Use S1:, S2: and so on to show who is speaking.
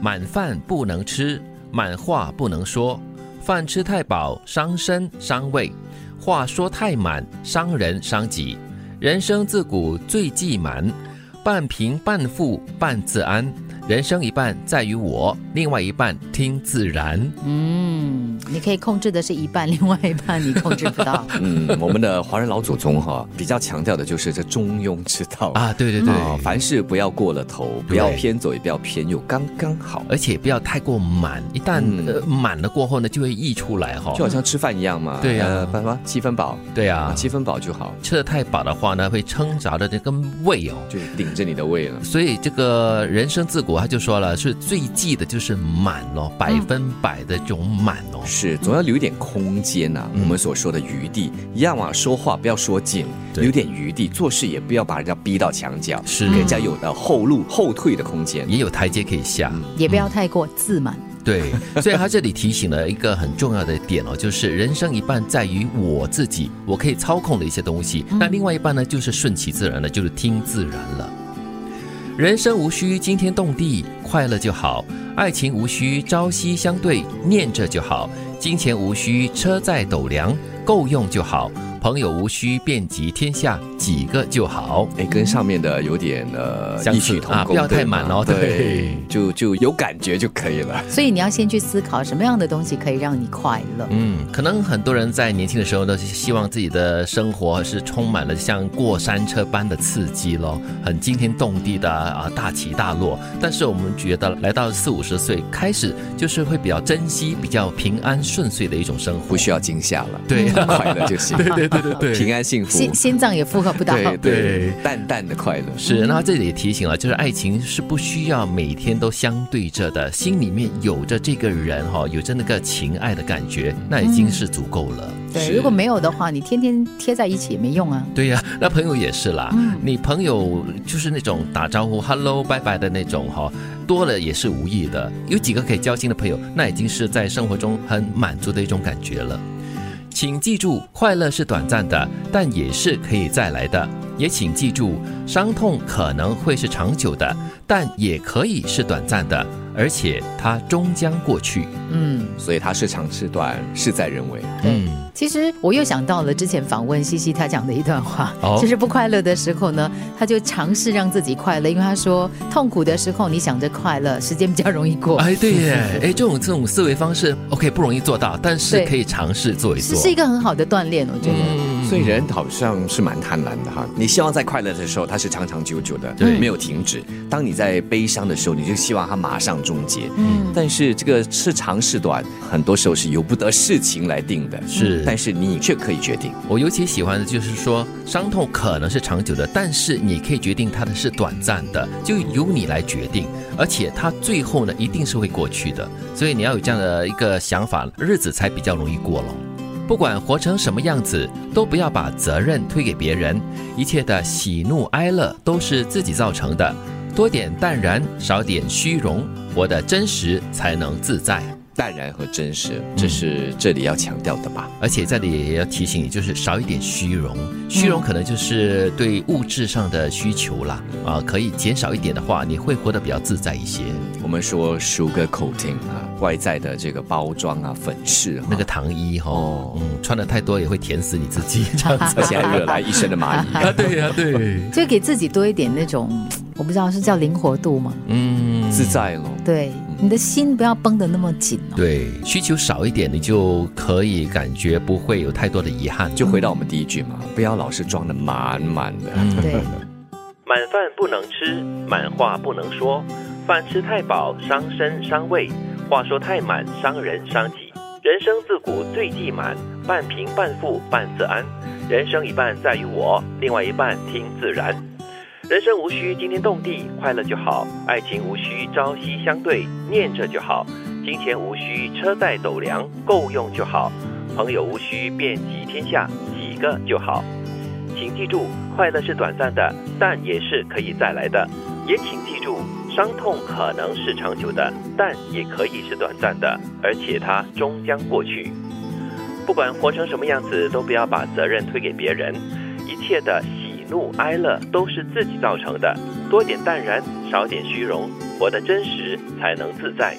S1: 满饭不能吃，满话不能说。饭吃太饱，伤身伤胃；话说太满，伤人伤己。人生自古最忌满，半贫半富半自安。人生一半在于我，另外一半听自然。
S2: 嗯，你可以控制的是一半，另外一半你控制不到。
S3: 嗯，我们的华人老祖宗哈、比较强调的就是这中庸之道啊
S1: 嗯啊，对对对，
S3: 凡事不要过了头，不
S1: 对
S3: 要偏左，也不要偏右，刚刚好。
S1: 而且不要太过满，一旦、
S3: 嗯
S1: 呃满了过后呢，就会溢出来哈、
S3: 就好像吃饭一样嘛，
S1: 对呀
S3: 呃爸爸七分饱
S1: 对
S3: 啊，
S1: 啊，
S3: 七分饱就好，
S1: 吃的太饱的话呢，会撑着的这个胃哦。
S3: 就顶着你的胃了。
S1: 所以这个人生自古他就说了，是最忌的就是满哦，百分百的这种满哦。
S3: 是，总要留一点空间呐、
S1: 嗯
S3: 我们所说的余地，一样啊，说话不要说紧，
S1: 对嗯
S3: 留点余地，做事也不要把人家逼到墙角，
S1: 是
S3: 给人家有的后路、后退的空间。
S1: 也有台阶可以下，
S2: 也不要太过自满。
S1: 对，所以他这里提醒了一个很重要的点哦，就是人生一半在于我自己，我可以操控的一些东西，那另外一半呢，就是顺其自然了，就是听自然了。人生无需惊天动地，快乐就好；爱情无需朝夕相对，念着就好；金钱无需车载斗量，够用就好；朋友无需遍及天下，几个就好。
S3: 哎，跟上面的有点呃
S1: 相
S3: 异
S1: 似
S3: 曲同
S1: 啊
S3: 工，
S1: 不要
S3: 对
S1: 太
S3: 吗
S1: 满哦对
S3: 就就有感觉就可以了。
S2: 所以你要先去思考什么样的东西可以让你快乐。
S1: 嗯，可能很多人在年轻的时候呢，希望自己的生活是充满了像过山车般的刺激咯，很惊天动地的啊，大起大落。但是我们觉得来到四五十岁开始，就是会比较珍惜、比较平安顺遂的一种生活。
S3: 不需要惊吓了，
S1: 对
S3: 快乐就行，
S1: 对对对对
S3: 平安幸福，
S2: 心心脏也负荷不到。
S1: 对
S3: 对对，淡淡的快乐。
S1: 是，那这里也提醒了，就是爱情是不需要每天都相对着的，心里面有着这个人哈、有着那个情爱的感觉，那已经是足够了。
S2: 对
S3: 是
S2: 如果没有的话，你天天贴在一起也没用啊。
S1: 对呀、 那朋友也是啦。
S2: 嗯
S1: 你朋友就是那种打招呼 “hello”、“bye bye” 的那种哈、多了也是无益的。有几个可以交心的朋友，那已经是在生活中很满足的一种感觉了。请记住，快乐是短暂的，但也是可以再来的。也请记住，伤痛可能会是长久的，但也可以是短暂的，而且它终将过去。
S2: 嗯，
S3: 所以它是长是短，事在人为。
S2: 对。
S1: 嗯
S2: 其实我又想到了之前访问西西她讲的一段话，
S1: 哦
S2: 就是不快乐的时候呢，她就尝试让自己快乐，因为她说痛苦的时候你想着快乐，时间比较容易过。
S1: 哎，对耶， 哎，这种这种思维方式，OK，不容易做到，但是
S2: 对
S1: 可以尝试做一
S2: 是
S1: 做。
S2: 是一个很好的锻炼，我觉得。
S1: 嗯
S3: 所以人好像是蛮贪婪的哈，你希望在快乐的时候它是长长久久的，
S1: 对
S3: 没有停止；当你在悲伤的时候，你就希望它马上终结。
S2: 嗯，
S3: 但是这个是长是短，很多时候是由不得事情来定的。
S1: 是
S3: 但是你却可以决定。
S1: 我尤其喜欢的就是说，伤痛可能是长久的，但是你可以决定它的是短暂的，就由你来决定。而且它最后呢，一定是会过去的，所以你要有这样的一个想法，日子才比较容易过咯。不管活成什么样子，都不要把责任推给别人，一切的喜怒哀乐都是自己造成的。多点淡然，少点虚荣，活得真实才能自在。
S3: 淡然和真实，这是这里要强调的吧？
S1: 而且这里也要提醒你，就是少一点虚荣，虚荣可能就是对物质上的需求啦，啊，可以减少一点的话，你会活得比较自在一些。
S3: 我们说 sugar coating 啊，外在的这个包装啊、粉饰、啊，
S1: 那个糖衣哈、
S3: 哦
S1: 嗯，穿的太多也会舔死你自己，这样子。
S3: 而且还惹来一身的蚂蚁。
S1: 啊，对呀、对，
S2: 就给自己多一点那种，我不知道是叫灵活度吗？
S1: 嗯，
S3: 自在哦咯。
S2: 对，你的心不要绷得那么紧哦。
S1: 对，需求少一点，你就可以感觉不会有太多的遗憾。
S3: 就回到我们第一句嘛，不要老是装的满满的。
S1: 嗯
S2: 对。
S4: 满饭不能吃，满话不能说。饭吃太饱，伤身伤胃；话说太满，伤人伤己。人生自古最忌满，半贫半富半自安。人生一半在于我，另外一半听自然。人生无需惊天动地，快乐就好；爱情无需朝夕相对，念着就好；金钱无需车载斗量，够用就好；朋友无需遍及天下，几个就好。请记住，快乐是短暂的，但也是可以再来的。也请记住，伤痛可能是长久的，但也可以是短暂的，而且它终将过去。不管活成什么样子，都不要把责任推给别人。一切的喜怒哀乐都是自己造成的，
S1: 多点淡然，少点虚荣，活得真实才能自在。